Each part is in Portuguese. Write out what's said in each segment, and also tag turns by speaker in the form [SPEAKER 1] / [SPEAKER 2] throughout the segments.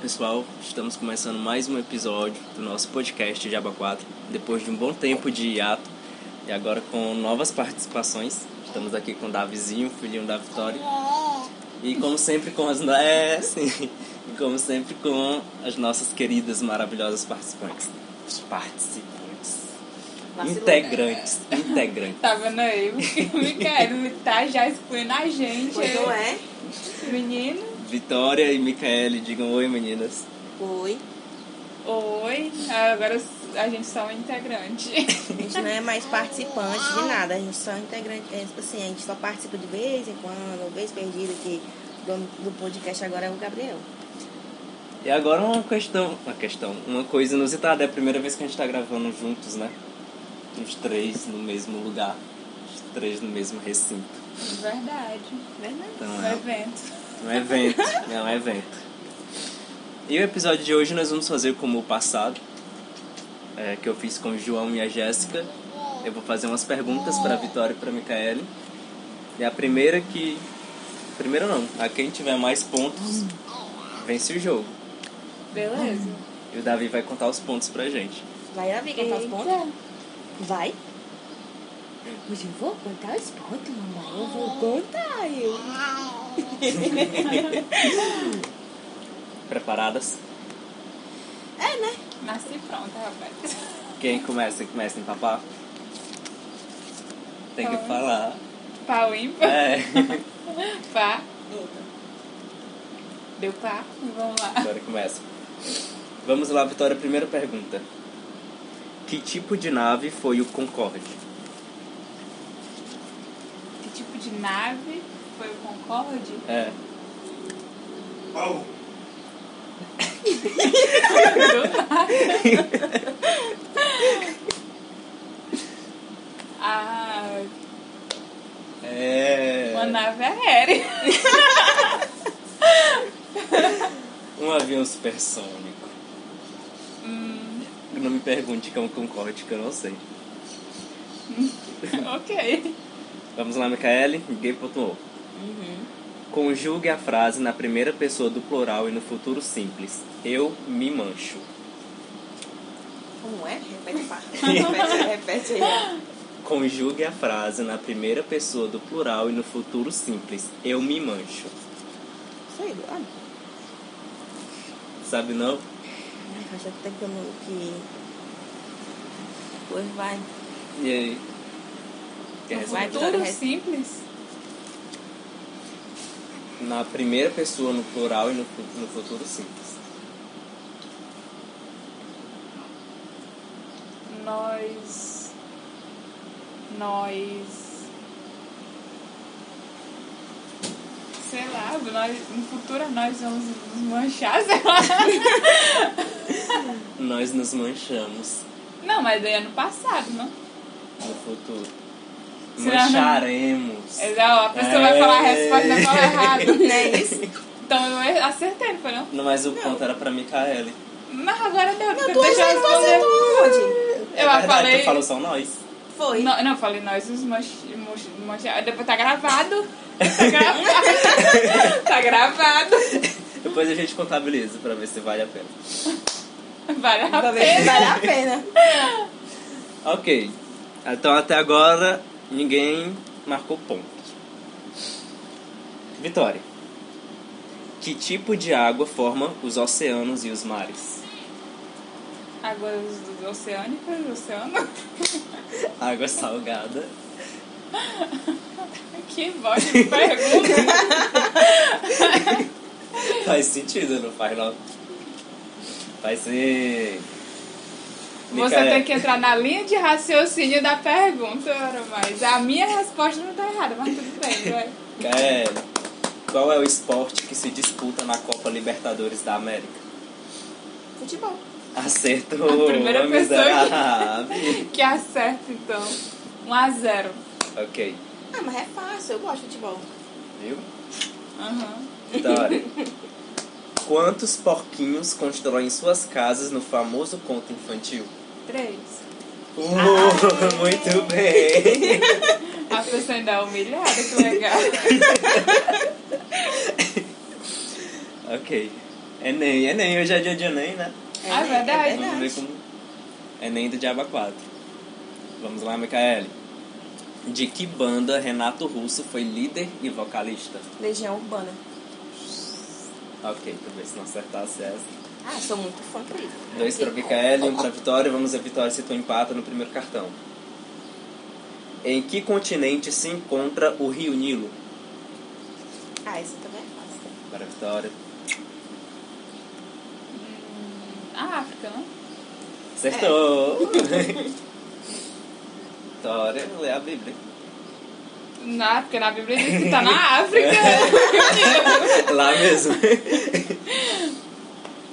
[SPEAKER 1] pessoal, estamos começando mais um episódio do nosso podcast Jaba 4, depois de um bom tempo de hiato e agora com novas participações. Estamos aqui com o Davizinho, filhinho da Vitória. E como sempre com as é, sim. E como sempre com as nossas queridas maravilhosas participantes. Participantes.
[SPEAKER 2] Vacilou, né?
[SPEAKER 1] Integrantes, integrantes.
[SPEAKER 3] Tá vendo aí? O Micael me tá já excluindo a gente.
[SPEAKER 2] Pois não é?
[SPEAKER 3] Menino.
[SPEAKER 1] Vitória e Micaele, digam oi meninas.
[SPEAKER 2] Oi.
[SPEAKER 3] Oi. Ah, Agora a gente só é integrante.
[SPEAKER 2] A gente não é mais participante de nada, a gente só é integrante, é, assim, a gente só participa de vez em quando, vez perdida, que o dono do podcast agora é o Gabriel.
[SPEAKER 1] E agora uma questão, uma questão, uma coisa inusitada. É a primeira vez que a gente tá gravando juntos, né? Os três no mesmo lugar, os três no mesmo recinto.
[SPEAKER 3] Verdade.
[SPEAKER 2] Verdade.
[SPEAKER 1] Então
[SPEAKER 3] Um
[SPEAKER 1] é
[SPEAKER 3] evento.
[SPEAKER 1] um evento, é um evento. E o episódio de hoje nós vamos fazer como o passado, é, que eu fiz com o João e a Jéssica. Eu vou fazer umas perguntas para a Vitória e para a Micaele. E a primeira que. Primeira não, a quem tiver mais pontos vence o jogo.
[SPEAKER 3] Beleza.
[SPEAKER 1] E o Davi vai contar os pontos pra gente.
[SPEAKER 2] Vai, Davi, contar os pontos? Vai.
[SPEAKER 4] Mas eu vou contar os pontos, mamãe. Eu vou contar. Eu.
[SPEAKER 1] Preparadas?
[SPEAKER 3] Nasci pronta, rapaz.
[SPEAKER 1] Quem começa, começa em papá? Tem que
[SPEAKER 3] Fala.
[SPEAKER 1] falar.
[SPEAKER 3] Pau ímpar.
[SPEAKER 1] É.
[SPEAKER 3] Pá. Deu pá. Vamos lá.
[SPEAKER 1] Agora começa. Vamos lá, Vitória. Primeira pergunta. Que tipo de nave foi o Concorde?
[SPEAKER 3] Que tipo de nave foi o Concorde?
[SPEAKER 1] É.
[SPEAKER 3] Ah,
[SPEAKER 1] É.
[SPEAKER 3] uma nave aérea.
[SPEAKER 1] Um avião supersônico.
[SPEAKER 3] Hum,
[SPEAKER 1] Não me pergunte que é um Concorde, que eu não sei.
[SPEAKER 3] ok.
[SPEAKER 1] Vamos lá, Micaele. Ninguém pontuou.
[SPEAKER 2] Uhum.
[SPEAKER 1] Conjugue a frase na primeira pessoa do plural e no futuro simples. Eu me mancho.
[SPEAKER 2] Como é? Repete, pá. repete, repete aí.
[SPEAKER 1] Conjugue a frase na primeira pessoa do plural e no futuro simples. Eu me mancho.
[SPEAKER 2] Sei lá.
[SPEAKER 1] Sabe não?
[SPEAKER 2] Ai, faz tanto tempo que eu não... Que... Pois vai.
[SPEAKER 1] E aí? Quer
[SPEAKER 2] Vai,
[SPEAKER 1] responder?
[SPEAKER 2] Vitória,
[SPEAKER 3] Tudo
[SPEAKER 2] res-
[SPEAKER 3] Um simples.
[SPEAKER 1] Na primeira pessoa no plural e no, fu- no futuro simples.
[SPEAKER 3] Nós. Nós. Sei lá, nós, no futuro nós vamos nos manchar, sei lá.
[SPEAKER 1] Nós nos manchamos
[SPEAKER 3] Não, mas daí é ano passado, não?
[SPEAKER 1] no futuro.
[SPEAKER 3] Será não?
[SPEAKER 1] Mancharemos.
[SPEAKER 3] É, ó, a pessoa vai falar a resposta e vai falar errado.
[SPEAKER 2] Não é isso?
[SPEAKER 3] Então eu acertei, não foi não?
[SPEAKER 1] Não, mas o ponto era pra Micaele.
[SPEAKER 3] Mas agora deu. Não,
[SPEAKER 2] Duas
[SPEAKER 3] deixa eu
[SPEAKER 2] vezes você
[SPEAKER 3] responder.
[SPEAKER 2] não
[SPEAKER 3] Eu
[SPEAKER 1] é verdade,
[SPEAKER 3] falei-
[SPEAKER 1] tu falou só nós.
[SPEAKER 2] Foi.
[SPEAKER 3] Não, não, eu falei nós nos manch- manch- manchar. Depois tá gravado. Tá gravado. tá gravado.
[SPEAKER 1] Depois a gente contabiliza pra ver se vale a pena.
[SPEAKER 3] Vale a
[SPEAKER 2] Pra ver se
[SPEAKER 3] pena.
[SPEAKER 2] vale a pena.
[SPEAKER 1] Ok. Então até agora ninguém marcou ponto. Vitória. Que tipo de água forma os oceanos e os mares?
[SPEAKER 3] Águas do- oceânicas, oceano.
[SPEAKER 1] Água salgada.
[SPEAKER 3] Que voz de pergunta.
[SPEAKER 1] Faz sentido, não faz não? Vai ser.
[SPEAKER 3] Você tem que entrar na linha de raciocínio da pergunta, ora, mas a minha resposta não tá errada, mas tudo bem, vai.
[SPEAKER 1] É, qual é o esporte que se disputa na Copa Libertadores da América?
[SPEAKER 2] Futebol.
[SPEAKER 1] Acertou!
[SPEAKER 3] A primeira
[SPEAKER 1] ô
[SPEAKER 3] pessoa que-
[SPEAKER 1] miserável.
[SPEAKER 3] Que acerta, então. 1 a 0
[SPEAKER 1] Ok,
[SPEAKER 2] Ah, mas é fácil. Eu gosto de futebol.
[SPEAKER 1] viu?
[SPEAKER 3] Aham.
[SPEAKER 1] Vitória. Quantos porquinhos constroem suas casas no famoso conto infantil?
[SPEAKER 3] 3.
[SPEAKER 1] Uh, muito bem!
[SPEAKER 3] A pessoa ainda é humilhada, que legal.
[SPEAKER 1] ok. Enem, Enem, hoje é dia de Enem, né?
[SPEAKER 2] É,
[SPEAKER 3] Ah,
[SPEAKER 2] né?
[SPEAKER 3] verdade?
[SPEAKER 2] É
[SPEAKER 1] Vamos ver
[SPEAKER 2] verdade.
[SPEAKER 1] como. Enem do Diaba 4. Vamos lá, Micaele. De que banda Renato Russo foi líder e vocalista?
[SPEAKER 2] Legião Urbana.
[SPEAKER 1] Ok, pra ver se não acertasse essa.
[SPEAKER 2] Ah, sou muito fã por isso.
[SPEAKER 1] Dois pra Micaele, um pra Vitória. Vamos ver Vitória se tu empata no primeiro cartão. Em que continente se encontra o Rio Nilo?
[SPEAKER 2] Ah, isso também é fácil.
[SPEAKER 1] Para Vitória.
[SPEAKER 3] A África, né? não?
[SPEAKER 1] Acertou! Vitória, lê a Bíblia.
[SPEAKER 3] Na África, na Bíblia diz que tá na África.
[SPEAKER 1] Lá mesmo.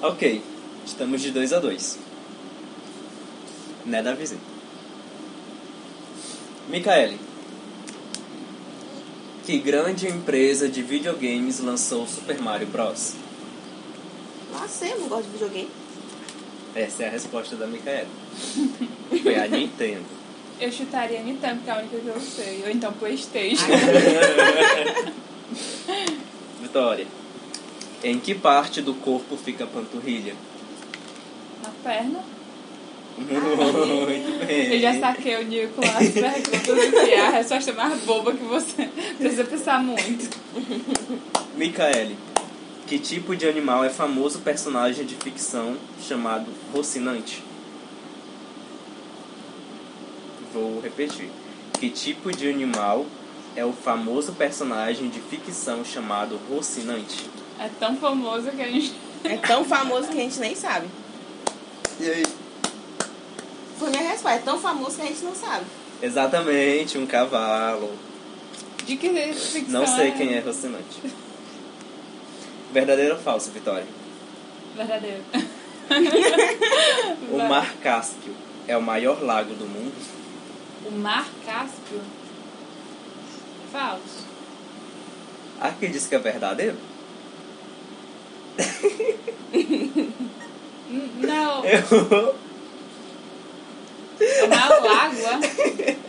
[SPEAKER 1] ok. Estamos de 2 a 2 Né, Davizinho? Micaele. Que grande empresa de videogames lançou Super Mario Bros?
[SPEAKER 2] Nossa, eu não gosto de videogame.
[SPEAKER 1] Essa é a resposta da Micaele. Foi a Nintendo.
[SPEAKER 3] eu chutaria Nintendo, que é a única que eu sei. Ou então Playstation.
[SPEAKER 1] Vitória. Em que parte do corpo fica a panturrilha?
[SPEAKER 3] na perna.
[SPEAKER 1] Muito bem.
[SPEAKER 3] Eu já saquei o Nico lá as perguntas que é a resposta mais boba que você precisa pensar muito.
[SPEAKER 1] Micaele, que tipo de animal é famoso personagem de ficção chamado Rocinante? Vou repetir. Que tipo de animal é o famoso personagem de ficção chamado Rocinante?
[SPEAKER 3] É tão famoso que a gente.
[SPEAKER 2] É tão famoso que a gente nem sabe.
[SPEAKER 1] E aí?
[SPEAKER 2] Foi minha resposta. É tão famoso que a gente não sabe.
[SPEAKER 1] Exatamente, um cavalo.
[SPEAKER 3] De que é ficção
[SPEAKER 1] Não
[SPEAKER 3] né?
[SPEAKER 1] sei quem é Rocinante. Verdadeiro ou falso, Vitória?
[SPEAKER 3] Verdadeiro.
[SPEAKER 1] O Mar Cáspio é o maior lago do mundo?
[SPEAKER 3] O Mar Cáspio? Falso.
[SPEAKER 1] Há quem diz que é verdadeiro?
[SPEAKER 3] N- Não,
[SPEAKER 1] Eu...
[SPEAKER 3] o Mar Água.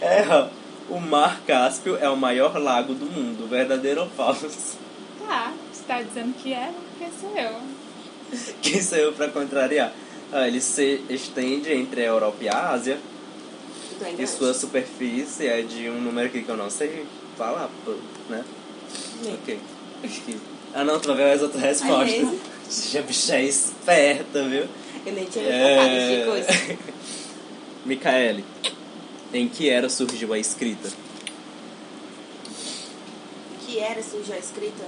[SPEAKER 1] É, ó. o Mar Cáspio é o maior lago do mundo, verdadeiro ou falso?
[SPEAKER 3] Tá, você tá dizendo que é, porque sou eu.
[SPEAKER 1] Quem sou eu pra contrariar? Ah, ele se estende entre a Europa e a Ásia,
[SPEAKER 2] Tu ainda
[SPEAKER 1] e
[SPEAKER 2] acha?
[SPEAKER 1] sua superfície é de um número aqui que eu não sei falar, pô, né? Ok. Ah não, tu vai ver as outras respostas.
[SPEAKER 2] É mesmo?
[SPEAKER 1] Já bicha é esperta, viu?
[SPEAKER 2] Eu nem tinha me focado
[SPEAKER 1] É...
[SPEAKER 2] um de coisa.
[SPEAKER 1] Micaele, em que era surgiu a escrita?
[SPEAKER 2] que era surgiu a escrita?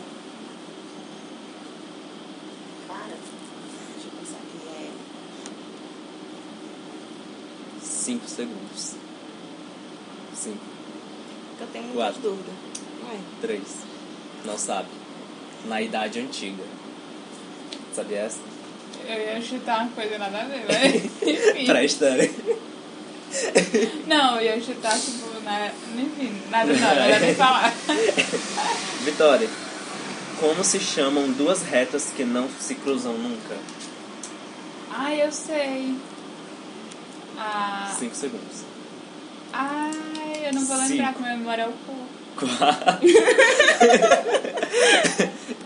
[SPEAKER 2] Cara, deixa eu pensar que é.
[SPEAKER 1] Cinco segundos. Cinco.
[SPEAKER 2] Porque eu tenho muita
[SPEAKER 1] Quatro.
[SPEAKER 2] dúvida.
[SPEAKER 1] 3. Não sabe. Na idade antiga. Sabia essa?
[SPEAKER 3] Eu ia chutar uma coisa nada a ver, mas enfim.
[SPEAKER 1] Pré-história.
[SPEAKER 3] Não, eu ia chutar, tipo, na... enfim, nada não, não era nem falar.
[SPEAKER 1] Vitória. Como se chamam duas retas que não se cruzam nunca?
[SPEAKER 3] Ah, eu sei. Ah,
[SPEAKER 1] 5 segundos.
[SPEAKER 3] ai, eu não vou lembrar
[SPEAKER 1] Cinco.
[SPEAKER 3] como a memória é o cu.
[SPEAKER 1] 4.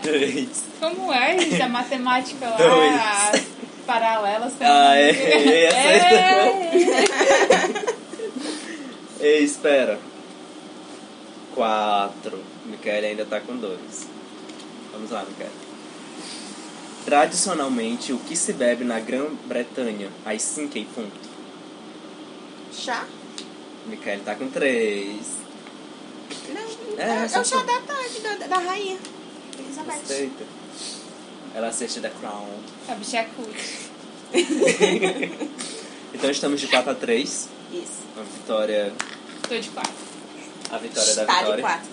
[SPEAKER 1] 3.
[SPEAKER 3] Como é, gente, a matemática lá,
[SPEAKER 1] Dois.
[SPEAKER 3] as paralelas. sei lá.
[SPEAKER 1] Ah, é. tá Acertou.
[SPEAKER 3] É.
[SPEAKER 1] Ei, espera. 4. Micaele ainda tá com 2. Vamos lá, Micaele. Tradicionalmente, o que se bebe na Grã-Bretanha às 5 em é ponto?
[SPEAKER 2] Chá?
[SPEAKER 1] Micaele tá com 3.
[SPEAKER 2] Não,
[SPEAKER 1] É,
[SPEAKER 2] é, é
[SPEAKER 1] essa
[SPEAKER 2] o chá
[SPEAKER 1] foi.
[SPEAKER 2] da tarde, da, da- da rainha. Elizabeth.
[SPEAKER 1] Aceita. Ela assiste The Crown.
[SPEAKER 3] A bicha é cut.
[SPEAKER 1] Então estamos de 4 a 3.
[SPEAKER 2] Isso.
[SPEAKER 1] A vitória.
[SPEAKER 3] Tô de quatro.
[SPEAKER 1] A vitória da
[SPEAKER 2] tá
[SPEAKER 1] vitória.
[SPEAKER 2] de quatro.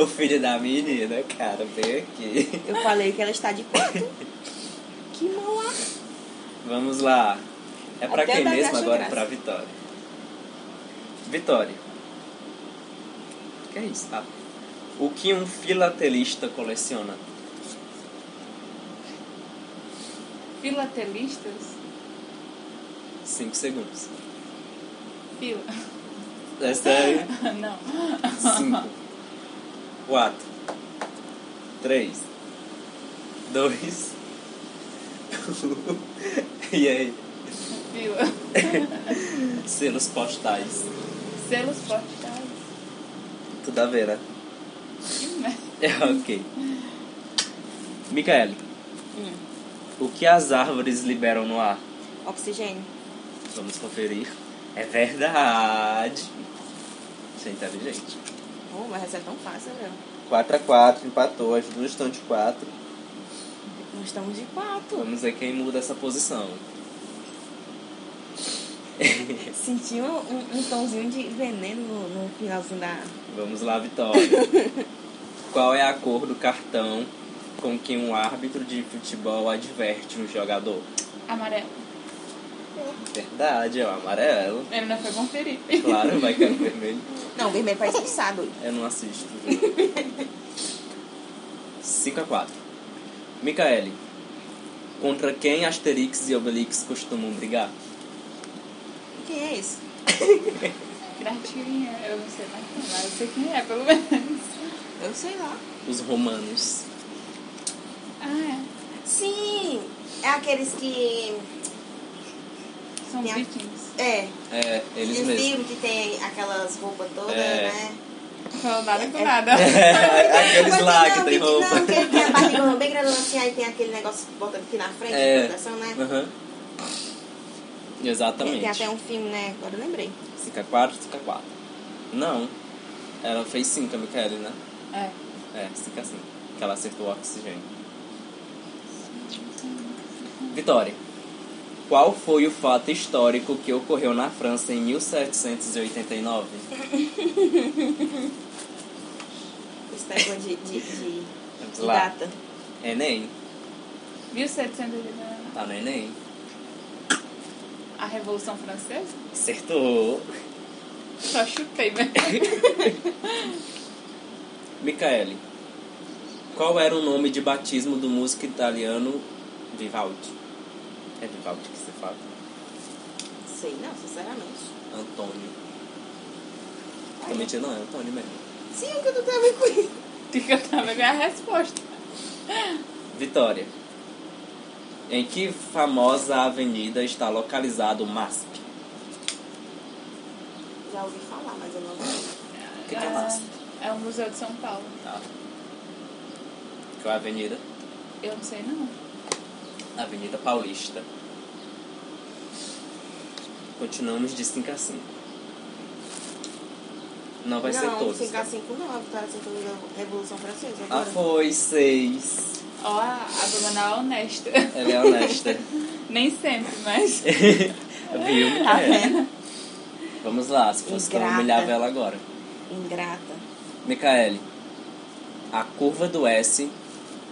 [SPEAKER 1] o filho da menina, cara, vem aqui.
[SPEAKER 2] Eu falei que ela está de quatro. que mau ar.
[SPEAKER 1] Vamos lá. É pra
[SPEAKER 2] Até
[SPEAKER 1] quem
[SPEAKER 2] dá
[SPEAKER 1] mesmo
[SPEAKER 2] graça,
[SPEAKER 1] agora?
[SPEAKER 2] graça.
[SPEAKER 1] Pra Vitória. Vitória. Que é isso? Ah. O que um filatelista coleciona?
[SPEAKER 3] Filatelistas?
[SPEAKER 1] 5 segundos.
[SPEAKER 3] Fila.
[SPEAKER 1] É sério?
[SPEAKER 3] Não.
[SPEAKER 1] 5, 4, 3, dois. um. e aí?
[SPEAKER 3] Vila.
[SPEAKER 1] Selos postais.
[SPEAKER 3] Selos portais.
[SPEAKER 1] Tudo a ver, né?
[SPEAKER 3] Que merda.
[SPEAKER 1] É, ok. Micaele,
[SPEAKER 2] Hum,
[SPEAKER 1] o que as árvores liberam no ar?
[SPEAKER 2] oxigênio.
[SPEAKER 1] Vamos conferir. É verdade. Você é inteligente.
[SPEAKER 2] Oh, mas essa é tão fácil, meu.
[SPEAKER 1] 4x4, empatou, as duas estão de 4.
[SPEAKER 2] Nós estamos de quatro.
[SPEAKER 1] Vamos ver quem muda essa posição.
[SPEAKER 2] Sentiu um, um tomzinho de veneno no, no finalzinho da.
[SPEAKER 1] Vamos lá, Vitória. Qual é a cor do cartão com que um árbitro de futebol adverte um jogador?
[SPEAKER 3] Amarelo.
[SPEAKER 1] Verdade, é o amarelo.
[SPEAKER 3] Ele não foi conferir.
[SPEAKER 1] Claro, vai cair no vermelho.
[SPEAKER 2] Não, vermelho um pra expulsar, doido.
[SPEAKER 1] Eu não assisto. 5x4. Micaele, contra quem Asterix e Obelix costumam brigar?
[SPEAKER 2] Quem é esse?
[SPEAKER 3] Gratinha, eu não sei mais quem é, mas eu sei quem é, pelo menos.
[SPEAKER 2] Eu sei lá.
[SPEAKER 1] Os romanos.
[SPEAKER 3] Ah,
[SPEAKER 2] Sim! É aqueles que.
[SPEAKER 3] é. São
[SPEAKER 2] Tem a-
[SPEAKER 3] vikings.
[SPEAKER 2] É,
[SPEAKER 1] É, eles
[SPEAKER 2] de
[SPEAKER 1] mesmos.
[SPEAKER 2] filme que tem aquelas roupas todas,
[SPEAKER 1] É.
[SPEAKER 2] né?
[SPEAKER 3] Não falou nada
[SPEAKER 2] É.
[SPEAKER 3] com nada.
[SPEAKER 1] Aqueles
[SPEAKER 2] Mas
[SPEAKER 1] lá
[SPEAKER 2] não,
[SPEAKER 1] que tem
[SPEAKER 2] Não, é que
[SPEAKER 1] roupa.
[SPEAKER 2] ele tem a barriga bem grandona assim, aí tem aquele negócio que bota aqui na frente,
[SPEAKER 1] É.
[SPEAKER 2] de proteção, né?
[SPEAKER 1] Aham.
[SPEAKER 2] Tem, tem
[SPEAKER 1] Exatamente.
[SPEAKER 2] até um filme, né? Agora eu lembrei.
[SPEAKER 1] 5x4, 5x4. é Não. Ela fez 5, a Micaele, né?
[SPEAKER 3] É.
[SPEAKER 1] É, 5 a 5. Que ela acertou o oxigênio. Vitória. Qual foi o fato histórico que ocorreu na França em 1789?
[SPEAKER 2] Esse negócio de, de, de,
[SPEAKER 1] Vamos
[SPEAKER 2] de
[SPEAKER 1] lá.
[SPEAKER 2] data.
[SPEAKER 1] Enem.
[SPEAKER 3] 1789.
[SPEAKER 1] Tá no Enem.
[SPEAKER 3] A Revolução Francesa?
[SPEAKER 1] Acertou.
[SPEAKER 3] Só chutei, né?
[SPEAKER 1] Micaele. Qual era o nome de batismo do músico italiano Vivaldi? É Vivaldi que se fala.
[SPEAKER 2] Sei não, sinceramente.
[SPEAKER 1] Antônio. Tô mentindo, não, é Antônio mesmo.
[SPEAKER 2] Sim, o que tu tem a ver com isso?
[SPEAKER 3] Porque eu tava com a resposta.
[SPEAKER 1] Vitória. Em que famosa avenida está localizado o MASP?
[SPEAKER 2] Já ouvi falar, mas eu não lembro.
[SPEAKER 1] O que, que é MASP?
[SPEAKER 3] É o Museu de São Paulo.
[SPEAKER 1] Tá. Qual é a avenida?
[SPEAKER 3] Eu não sei não.
[SPEAKER 1] Avenida Paulista. Continuamos de 5 a 5. Não vai ser
[SPEAKER 2] não,
[SPEAKER 1] todos.
[SPEAKER 2] 5
[SPEAKER 1] tá?
[SPEAKER 2] a 5 não, é a vitória 5 da Revolução Francesa.
[SPEAKER 1] Ah,
[SPEAKER 2] Agora.
[SPEAKER 1] foi 6.
[SPEAKER 3] Ó, a a Bruna é honesta.
[SPEAKER 1] Ela é honesta.
[SPEAKER 3] Nem sempre, mas.
[SPEAKER 1] Viu,
[SPEAKER 2] Tá
[SPEAKER 1] Micaela?
[SPEAKER 2] vendo?
[SPEAKER 1] Vamos lá, se fosse que eu
[SPEAKER 2] Ingrata.
[SPEAKER 1] humilhava ela agora.
[SPEAKER 2] Ingrata.
[SPEAKER 1] Micaele, a curva do S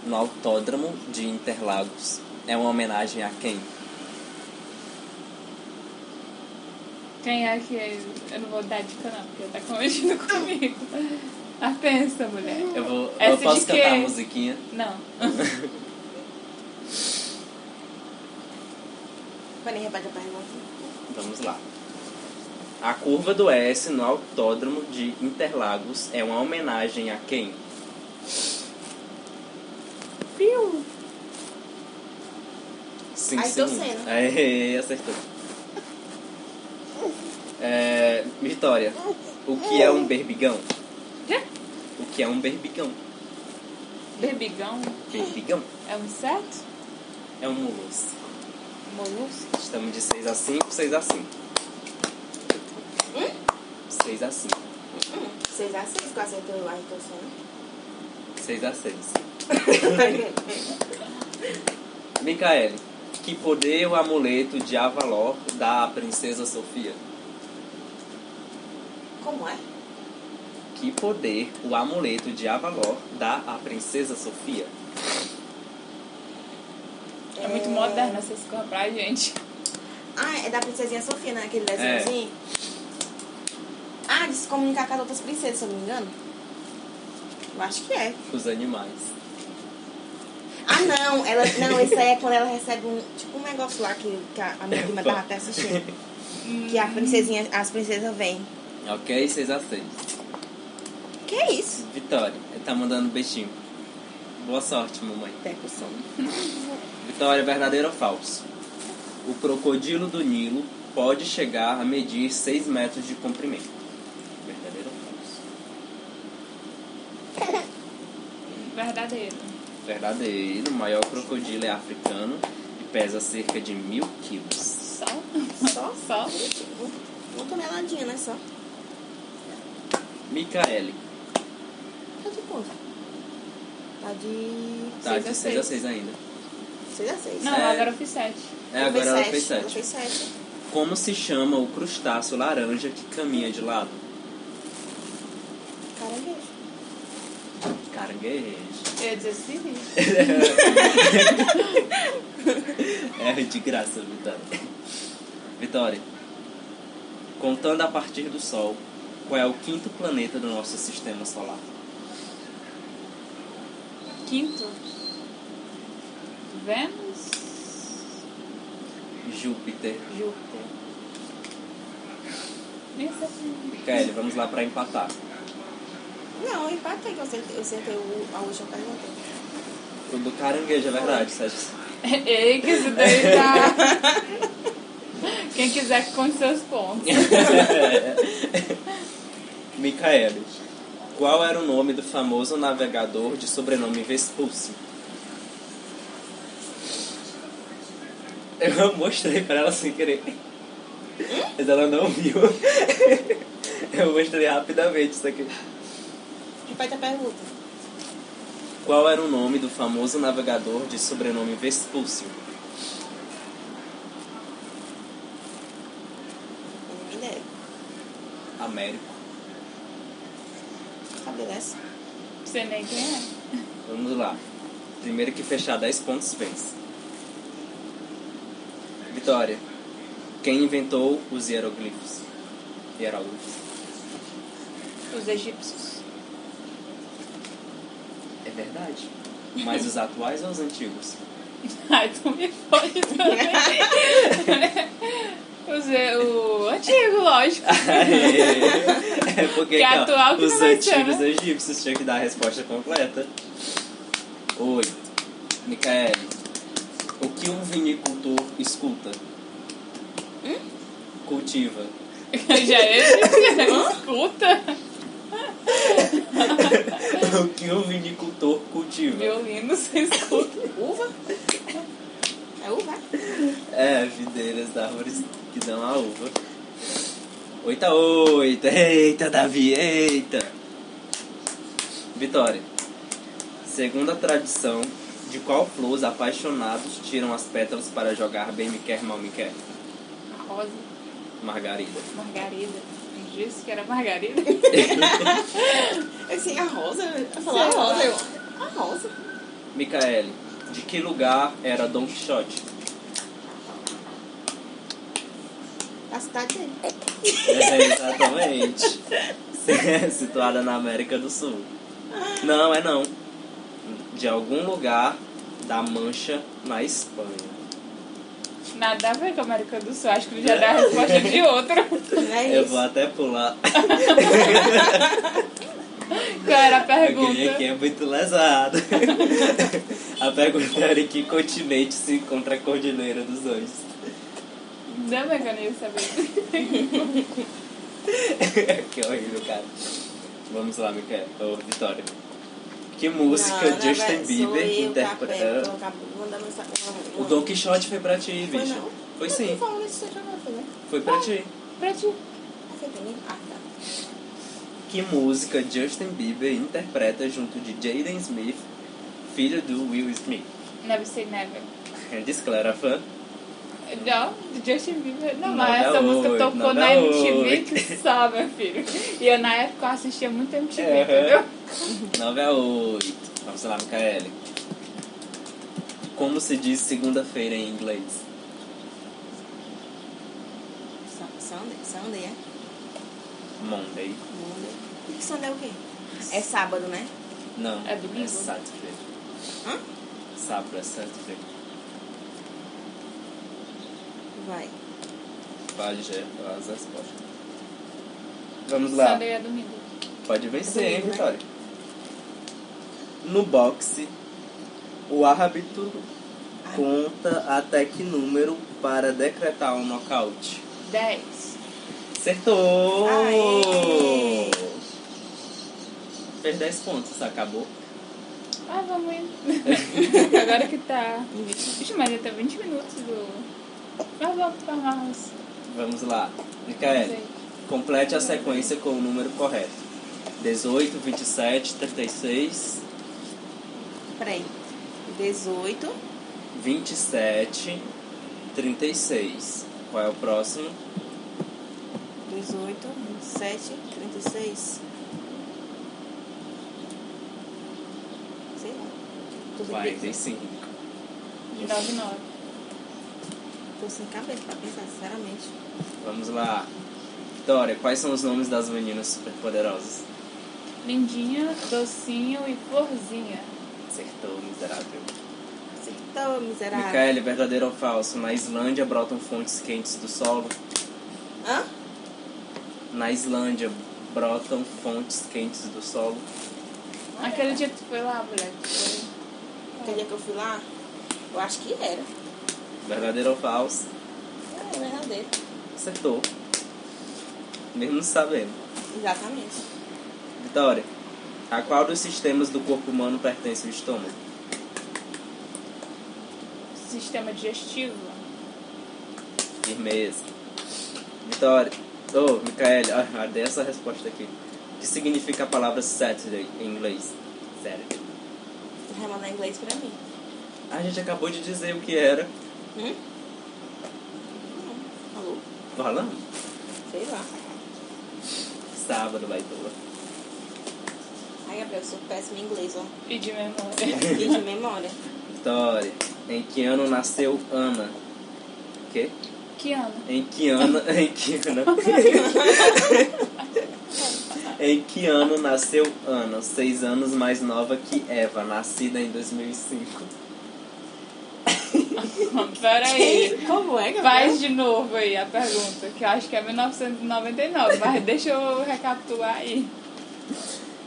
[SPEAKER 1] no autódromo de Interlagos é uma homenagem a quem?
[SPEAKER 3] Quem é que é? Eu não vou dar dica não, porque tá convencido comigo. Ah, pensa, mulher.
[SPEAKER 1] Eu vou.
[SPEAKER 3] Essa
[SPEAKER 1] eu
[SPEAKER 3] de
[SPEAKER 1] posso cantar a
[SPEAKER 3] quê?
[SPEAKER 1] musiquinha?
[SPEAKER 3] Não.
[SPEAKER 2] Vai nem repete a pergunta.
[SPEAKER 1] Vamos lá. A curva do S no autódromo de Interlagos é uma homenagem a quem?
[SPEAKER 3] Piu!
[SPEAKER 1] Cinco
[SPEAKER 2] Ayrton
[SPEAKER 1] segundos.
[SPEAKER 2] Senna.
[SPEAKER 1] Aê, acertou. É, Vitória, o que é um berbigão?
[SPEAKER 3] Quê?
[SPEAKER 1] O que é um berbigão?
[SPEAKER 3] Berbigão
[SPEAKER 1] Berbigão
[SPEAKER 3] é um inseto?
[SPEAKER 1] é um molusco.
[SPEAKER 3] Molusco?
[SPEAKER 1] Estamos de 6 a 5, 6 a 5. 6 a 5.
[SPEAKER 2] 6 a 6 que eu acertei o Ayrton Senna.
[SPEAKER 1] 6 a 6. Micaele, que poder o amuleto de Avalor dá à princesa Sofia?
[SPEAKER 2] Como é?
[SPEAKER 1] Que poder o amuleto de Avalor dá à princesa Sofia?
[SPEAKER 3] É muito moderno essas coisas pra gente.
[SPEAKER 2] Ah, é da princesinha Sofia, né? Aquele desenhozinho. Ah, de se comunicar com as outras princesas, se eu não me engano. Eu acho que é.
[SPEAKER 1] Os animais.
[SPEAKER 2] Ah, não. Ela, não, isso aí é quando ela recebe um... Tipo um negócio lá que, que a, a minha prima tava até assistindo. Que a princesinha, as princesas vêm.
[SPEAKER 1] Ok, 6 a 6.
[SPEAKER 2] Que é isso?
[SPEAKER 1] Vitória, tá mandando um beijinho. Boa sorte, mamãe.
[SPEAKER 2] Teco som.
[SPEAKER 1] Vitória, verdadeiro ou falso? O crocodilo do Nilo pode chegar a medir 6 metros de comprimento. Verdadeiro ou falso?
[SPEAKER 3] Verdadeiro.
[SPEAKER 1] Verdadeiro, o maior crocodilo é africano e pesa cerca de mil quilos.
[SPEAKER 3] Só?
[SPEAKER 2] Só? tipo,
[SPEAKER 3] Só?
[SPEAKER 2] Uma caneladinha, né? Só.
[SPEAKER 1] Micaele,
[SPEAKER 2] Tá de quanto? Tá de.
[SPEAKER 1] tá
[SPEAKER 3] Seis
[SPEAKER 1] de 6 a
[SPEAKER 3] a
[SPEAKER 1] 6 ainda.
[SPEAKER 2] 6 a 6.
[SPEAKER 3] Não,
[SPEAKER 1] É.
[SPEAKER 3] agora eu fiz sete.
[SPEAKER 1] É, agora ela fez 7.
[SPEAKER 2] sete. Ela fez 7.
[SPEAKER 1] Como se chama o crustáceo laranja que caminha de lado?
[SPEAKER 2] Caranguejo.
[SPEAKER 1] Caranguejo.
[SPEAKER 3] Eu ia dizer siri.
[SPEAKER 1] É de graça, Vitória. Vitória, contando a partir do Sol, qual é o quinto planeta do nosso sistema solar?
[SPEAKER 3] Quinto. Vênus.
[SPEAKER 1] Júpiter.
[SPEAKER 3] Júpiter. Nem sei se-
[SPEAKER 1] Kelly, vamos lá para empatar.
[SPEAKER 2] Não, eu empatei que eu acertei, eu acertei o, a última pergunta.
[SPEAKER 1] O do caranguejo, é verdade, Sérgio.
[SPEAKER 3] Ei, que isso daí tá... Quem quiser que conte seus pontos.
[SPEAKER 1] Micaele, qual era o nome do famoso navegador de sobrenome Vespúcio? Eu mostrei pra ela sem querer. Mas ela não viu. Eu mostrei rapidamente isso aqui.
[SPEAKER 2] Repete a pergunta.
[SPEAKER 1] Qual era o nome do famoso navegador de sobrenome Vespúcio?
[SPEAKER 2] Eu não ideia.
[SPEAKER 1] Américo.
[SPEAKER 2] Sabia dessa?
[SPEAKER 3] Não sei nem quem é.
[SPEAKER 1] Vamos lá. Primeiro que fechar 10 pontos vence. Vitória. Quem inventou os hieroglifos? Hieróglifos.
[SPEAKER 3] Os egípcios.
[SPEAKER 1] É verdade. Mas os atuais ou os antigos?
[SPEAKER 3] Ai, tu me fode também. Os e- o antigo, lógico.
[SPEAKER 1] é porque
[SPEAKER 3] Que
[SPEAKER 1] aqui, ó,
[SPEAKER 3] atual que
[SPEAKER 1] os
[SPEAKER 3] não vai ser,
[SPEAKER 1] antigos
[SPEAKER 3] né?
[SPEAKER 1] egípcios tinham que dar a resposta completa. 8. Micael. O que um vinicultor escuta?
[SPEAKER 3] Hum?
[SPEAKER 1] Cultiva.
[SPEAKER 3] Já é egípcio, né? escuta. Hum?
[SPEAKER 1] o que um vinicultor cultiva?
[SPEAKER 3] Violino, você escuta.
[SPEAKER 2] Uva? É uva?
[SPEAKER 1] É, videiras da árvores que dão a uva. 8 a 8. Eita, Davi, eita. Vitória. Segundo a tradição, de qual flor os apaixonados tiram as pétalas para jogar bem me quer, mal me quer?
[SPEAKER 3] Rosa,
[SPEAKER 1] Margarida.
[SPEAKER 3] margarida. Não disse que era margarida?
[SPEAKER 2] Assim, a rosa? Eu falei a
[SPEAKER 3] Sei lá.
[SPEAKER 2] rosa. Eu, a rosa?
[SPEAKER 1] Micaele, de que lugar era Don Quixote?
[SPEAKER 2] Da cidade dele.
[SPEAKER 1] É, exatamente. Situada na América do Sul. Não, é não. De algum lugar da Mancha, na Espanha.
[SPEAKER 3] Nada a ver com a América do Sul. Acho que ele já dá a resposta de outro.
[SPEAKER 2] Não é
[SPEAKER 1] Eu
[SPEAKER 2] isso?
[SPEAKER 1] vou até pular.
[SPEAKER 3] Qual era a
[SPEAKER 1] Aquele
[SPEAKER 3] pergunta?
[SPEAKER 2] né?
[SPEAKER 1] aqui é muito lesado. A pergunta era em que continente se encontra a Cordilheira dos Andes.
[SPEAKER 3] Ainda bem que eu não ia saber.
[SPEAKER 1] que horrível, cara. Vamos lá, Micael. Ô, Vitória. Que música
[SPEAKER 2] Não, não,
[SPEAKER 1] Justin
[SPEAKER 2] vai, sou
[SPEAKER 1] Bieber
[SPEAKER 2] eu, café,
[SPEAKER 1] interpreta?
[SPEAKER 2] colocar- mandar mensagem-
[SPEAKER 1] O Don Quixote foi pra ti,
[SPEAKER 2] Foi
[SPEAKER 1] bicho.
[SPEAKER 2] não?
[SPEAKER 1] Foi
[SPEAKER 2] Eu tô
[SPEAKER 1] sim,
[SPEAKER 2] falando isso, você já vai fazer.
[SPEAKER 1] foi pra ti.
[SPEAKER 3] Pra ti.
[SPEAKER 2] Ah, foi pra mim? Ah, tá.
[SPEAKER 1] Que música Justin Bieber interpreta junto de Jaden Smith, filho do Will Smith?
[SPEAKER 3] Never say never.
[SPEAKER 1] Eu disse que ela era fã.
[SPEAKER 3] Não, do Justin Bieber. Não,
[SPEAKER 1] Não
[SPEAKER 3] mas
[SPEAKER 1] dá
[SPEAKER 3] essa música
[SPEAKER 1] oi,
[SPEAKER 3] tocou
[SPEAKER 1] não
[SPEAKER 3] na
[SPEAKER 1] dá
[SPEAKER 3] MTV
[SPEAKER 1] oi.
[SPEAKER 3] que só, meu filho. E eu na época eu assistia muito MTV,
[SPEAKER 1] Aham.
[SPEAKER 3] entendeu?
[SPEAKER 1] 9 a 8. Vamos lá, Micaele. Como se diz segunda-feira em inglês?
[SPEAKER 2] Sun- Sunday? Sunday, é?
[SPEAKER 1] Monday.
[SPEAKER 2] Monday. O que Sunday é o quê? É sábado, né?
[SPEAKER 1] Não.
[SPEAKER 3] É domingo?
[SPEAKER 1] É Saturday. Sábado é Saturday.
[SPEAKER 2] Vai.
[SPEAKER 1] Pode já as respostas. Vamos lá.
[SPEAKER 3] Sunday é domingo.
[SPEAKER 1] Pode vencer, hein,
[SPEAKER 2] Domingo, né?
[SPEAKER 1] Vitória? No boxe, O árbitro conta até que número para decretar um nocaute.
[SPEAKER 3] 10.
[SPEAKER 1] Acertou!
[SPEAKER 2] Aê!
[SPEAKER 1] Fez 10 pontos, acabou.
[SPEAKER 3] Ah, vamos indo. Agora que tá. Vixe, mas até 20 minutos do. Mas vamos pra Marlos.
[SPEAKER 1] Vamos lá. Micaele, complete a sequência com o número correto. 18, 27, 36,
[SPEAKER 2] Peraí. 18.
[SPEAKER 1] 27, 36. Qual é o próximo?
[SPEAKER 2] 18, 27, 36. Sei lá. Tô sem, cabeça.
[SPEAKER 1] 45.
[SPEAKER 3] 9, 9.
[SPEAKER 2] Tô sem cabeça pra pensar, sinceramente.
[SPEAKER 1] Vamos lá. Vitória, quais são os nomes das meninas superpoderosas?
[SPEAKER 3] Lindinha, docinho e florzinha.
[SPEAKER 1] Acertou, miserável.
[SPEAKER 2] Acertou, tá miserável.
[SPEAKER 1] Micaele, verdadeiro ou falso? Na Islândia brotam fontes quentes do solo?
[SPEAKER 2] Hã?
[SPEAKER 1] Na Islândia brotam fontes quentes do solo?
[SPEAKER 3] Aquele dia que tu foi lá, mulher. que Foi.
[SPEAKER 2] Aquele dia que eu fui lá, eu acho que era.
[SPEAKER 1] Verdadeiro ou falso?
[SPEAKER 2] É, verdadeiro.
[SPEAKER 1] Acertou. Mesmo sabendo.
[SPEAKER 2] Exatamente.
[SPEAKER 1] Vitória, a qual dos sistemas do corpo humano pertence o estômago?
[SPEAKER 3] Sistema digestivo.
[SPEAKER 1] Firmeza. Vitória. Ô, oh, Micaele, ah, dei essa resposta aqui. O que significa a palavra Saturday em inglês? Saturday.
[SPEAKER 2] Você vai mandar inglês pra mim.
[SPEAKER 1] A gente acabou de dizer o que era.
[SPEAKER 2] Hum? Não. Falou?
[SPEAKER 1] Falando?
[SPEAKER 2] Sei lá.
[SPEAKER 1] Sábado, vai toa.
[SPEAKER 2] Ai, Gabriel, eu sou péssima em inglês, ó.
[SPEAKER 3] E de memória.
[SPEAKER 2] E de memória.
[SPEAKER 1] Vitória. Em que ano nasceu Ana? O quê?
[SPEAKER 3] Que ano?
[SPEAKER 1] Em que ano... Em que ano... em que ano nasceu Ana? Seis anos mais nova que Eva, nascida em 2005.
[SPEAKER 3] Peraí.
[SPEAKER 2] Como é, Gabriel?
[SPEAKER 3] Faz de novo aí a pergunta, que eu acho que é 1999, mas deixa eu recapitular aí.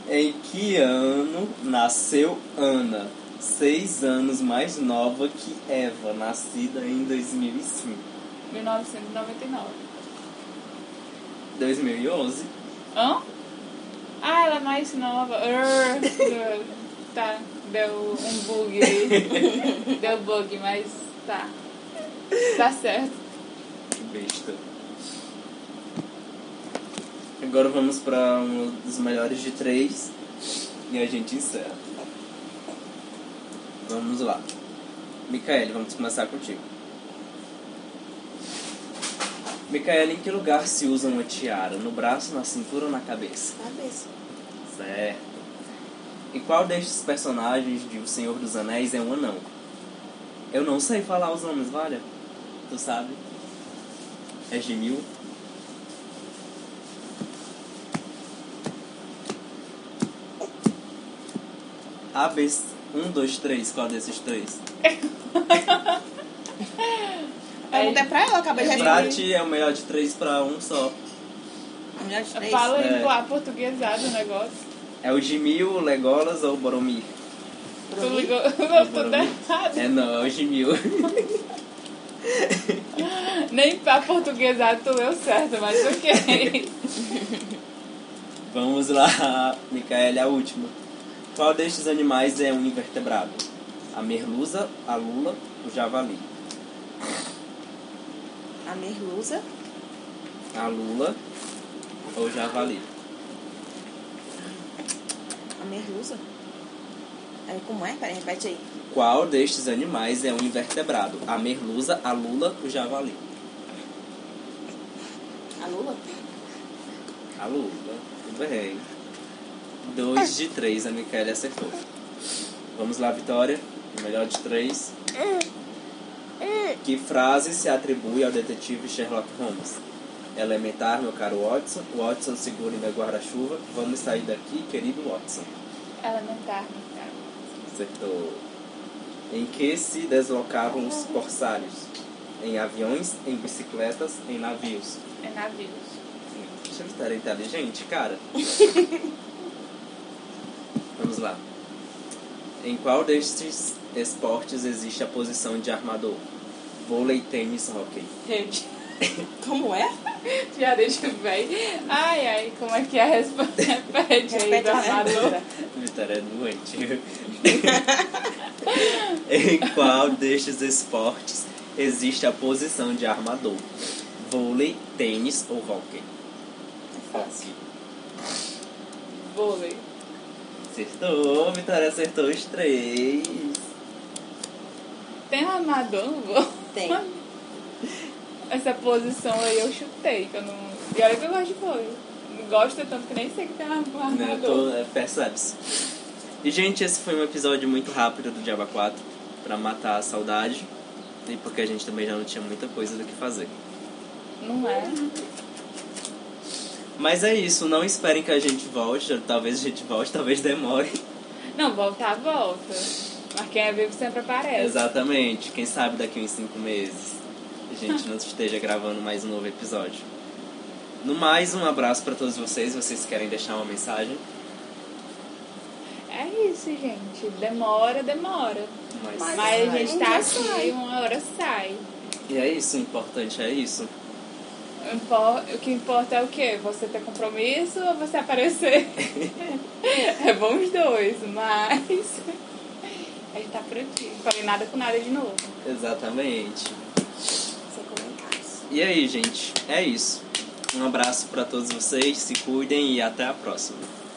[SPEAKER 1] Em que ano nasceu Ana? Seis anos mais nova que Eva, nascida em 2005.
[SPEAKER 3] 1999.
[SPEAKER 1] 2011?
[SPEAKER 3] Hã? Ah, ela é mais nova. Err. tá, deu um bug aí. Deu bug, mas tá. Tá certo.
[SPEAKER 1] Que besta. Agora vamos para um dos melhores de três e a gente encerra. Vamos lá. Micaele, vamos começar contigo. Micaele, em que lugar se usa uma tiara? No braço, na cintura ou na cabeça?
[SPEAKER 2] Cabeça.
[SPEAKER 1] Certo. E qual destes personagens de O Senhor dos Anéis é um anão? Eu não sei falar os nomes, vale? Tu sabe? É Gimil? A, B, 1, 2, 3, qual desses três?
[SPEAKER 2] Pergunta é pra ela, eu acabei de
[SPEAKER 1] Pra
[SPEAKER 2] responder.
[SPEAKER 1] ti é o melhor de três pra um só.
[SPEAKER 2] A melhor de três.
[SPEAKER 3] Fala
[SPEAKER 1] É.
[SPEAKER 3] em lá portuguesado o negócio.
[SPEAKER 1] É o Gimil, o Legolas ou o Boromir?
[SPEAKER 3] Tu ligou tudo
[SPEAKER 1] Boromir.
[SPEAKER 3] errado.
[SPEAKER 1] É não, é o Gimil.
[SPEAKER 3] né? Nem pra portuguesado tu leu certo, mas ok.
[SPEAKER 1] Vamos lá, Micaele, a última. Qual destes animais é um invertebrado? A merluza, a lula, o javali.
[SPEAKER 2] A merluza.
[SPEAKER 1] A lula ou o javali?
[SPEAKER 2] A merluza. Aí, como é? Peraí, repete aí.
[SPEAKER 1] Qual destes animais é um invertebrado? A merluza, a lula, o javali.
[SPEAKER 2] A lula?
[SPEAKER 1] A lula. Tudo bem. Dois de três, a Micaele acertou. Vamos lá, Vitória. O melhor de três. Que frase se atribui ao detetive Sherlock Holmes? Elementar, meu caro Watson. Watson, segure meu guarda-chuva. Vamos sair daqui, querido Watson.
[SPEAKER 3] Elementar, meu caro.
[SPEAKER 1] Acertou. Em que se deslocavam os corsários? Em aviões, em bicicletas, em navios.
[SPEAKER 3] É navios.
[SPEAKER 1] Deixa eu tá estar inteligente, cara. Vamos lá. Em qual destes esportes existe a posição de armador? Vôlei, tênis, hockey.
[SPEAKER 3] Gente,
[SPEAKER 2] Como é?
[SPEAKER 3] já deixa bem. Ai, ai, como é que é a resposta? Repete aí,
[SPEAKER 2] Repete
[SPEAKER 3] do
[SPEAKER 2] a
[SPEAKER 3] armador.
[SPEAKER 2] pergunta.
[SPEAKER 1] Vitória é doente. em qual destes esportes existe a posição de armador? Vôlei, tênis ou hockey? Hockey.
[SPEAKER 3] Vôlei.
[SPEAKER 1] Acertou, Vitória acertou os três.
[SPEAKER 3] Tem um armador no vôlei?
[SPEAKER 2] Tem.
[SPEAKER 3] Essa posição aí eu chutei, que eu não. E olha que eu gosto de vôlei. Não gosto tanto que nem sei que tem um armador.
[SPEAKER 1] Né, eu tô- é, Percebe-se. E, gente, esse foi um episódio muito rápido do Diaba 4 pra matar a saudade. E porque a gente também já não tinha muita coisa do que fazer.
[SPEAKER 3] Não é?
[SPEAKER 1] Mas é isso, não esperem que a gente volte. Talvez a gente volte, talvez demore.
[SPEAKER 3] Não, voltar, volta. Mas quem é vivo sempre aparece.
[SPEAKER 1] Exatamente. Quem sabe daqui uns cinco meses a gente não esteja gravando mais um novo episódio. No mais, um abraço pra todos vocês. Vocês querem deixar uma mensagem?
[SPEAKER 3] É isso, gente. Demora, demora.
[SPEAKER 1] Mas,
[SPEAKER 3] Mas,
[SPEAKER 2] sai.
[SPEAKER 3] a gente
[SPEAKER 2] Um
[SPEAKER 3] tá
[SPEAKER 2] dia
[SPEAKER 3] aqui,
[SPEAKER 2] sai.
[SPEAKER 3] uma hora sai.
[SPEAKER 1] E é isso, o importante é isso.
[SPEAKER 3] Impor- O que importa é o quê? Você ter compromisso ou você aparecer? é bom os dois, mas. A gente tá por aqui. Falei nada com nada de novo.
[SPEAKER 1] Exatamente.
[SPEAKER 2] Sem comentários.
[SPEAKER 1] E aí, gente, é isso. Um abraço pra todos vocês, se cuidem e até a próxima.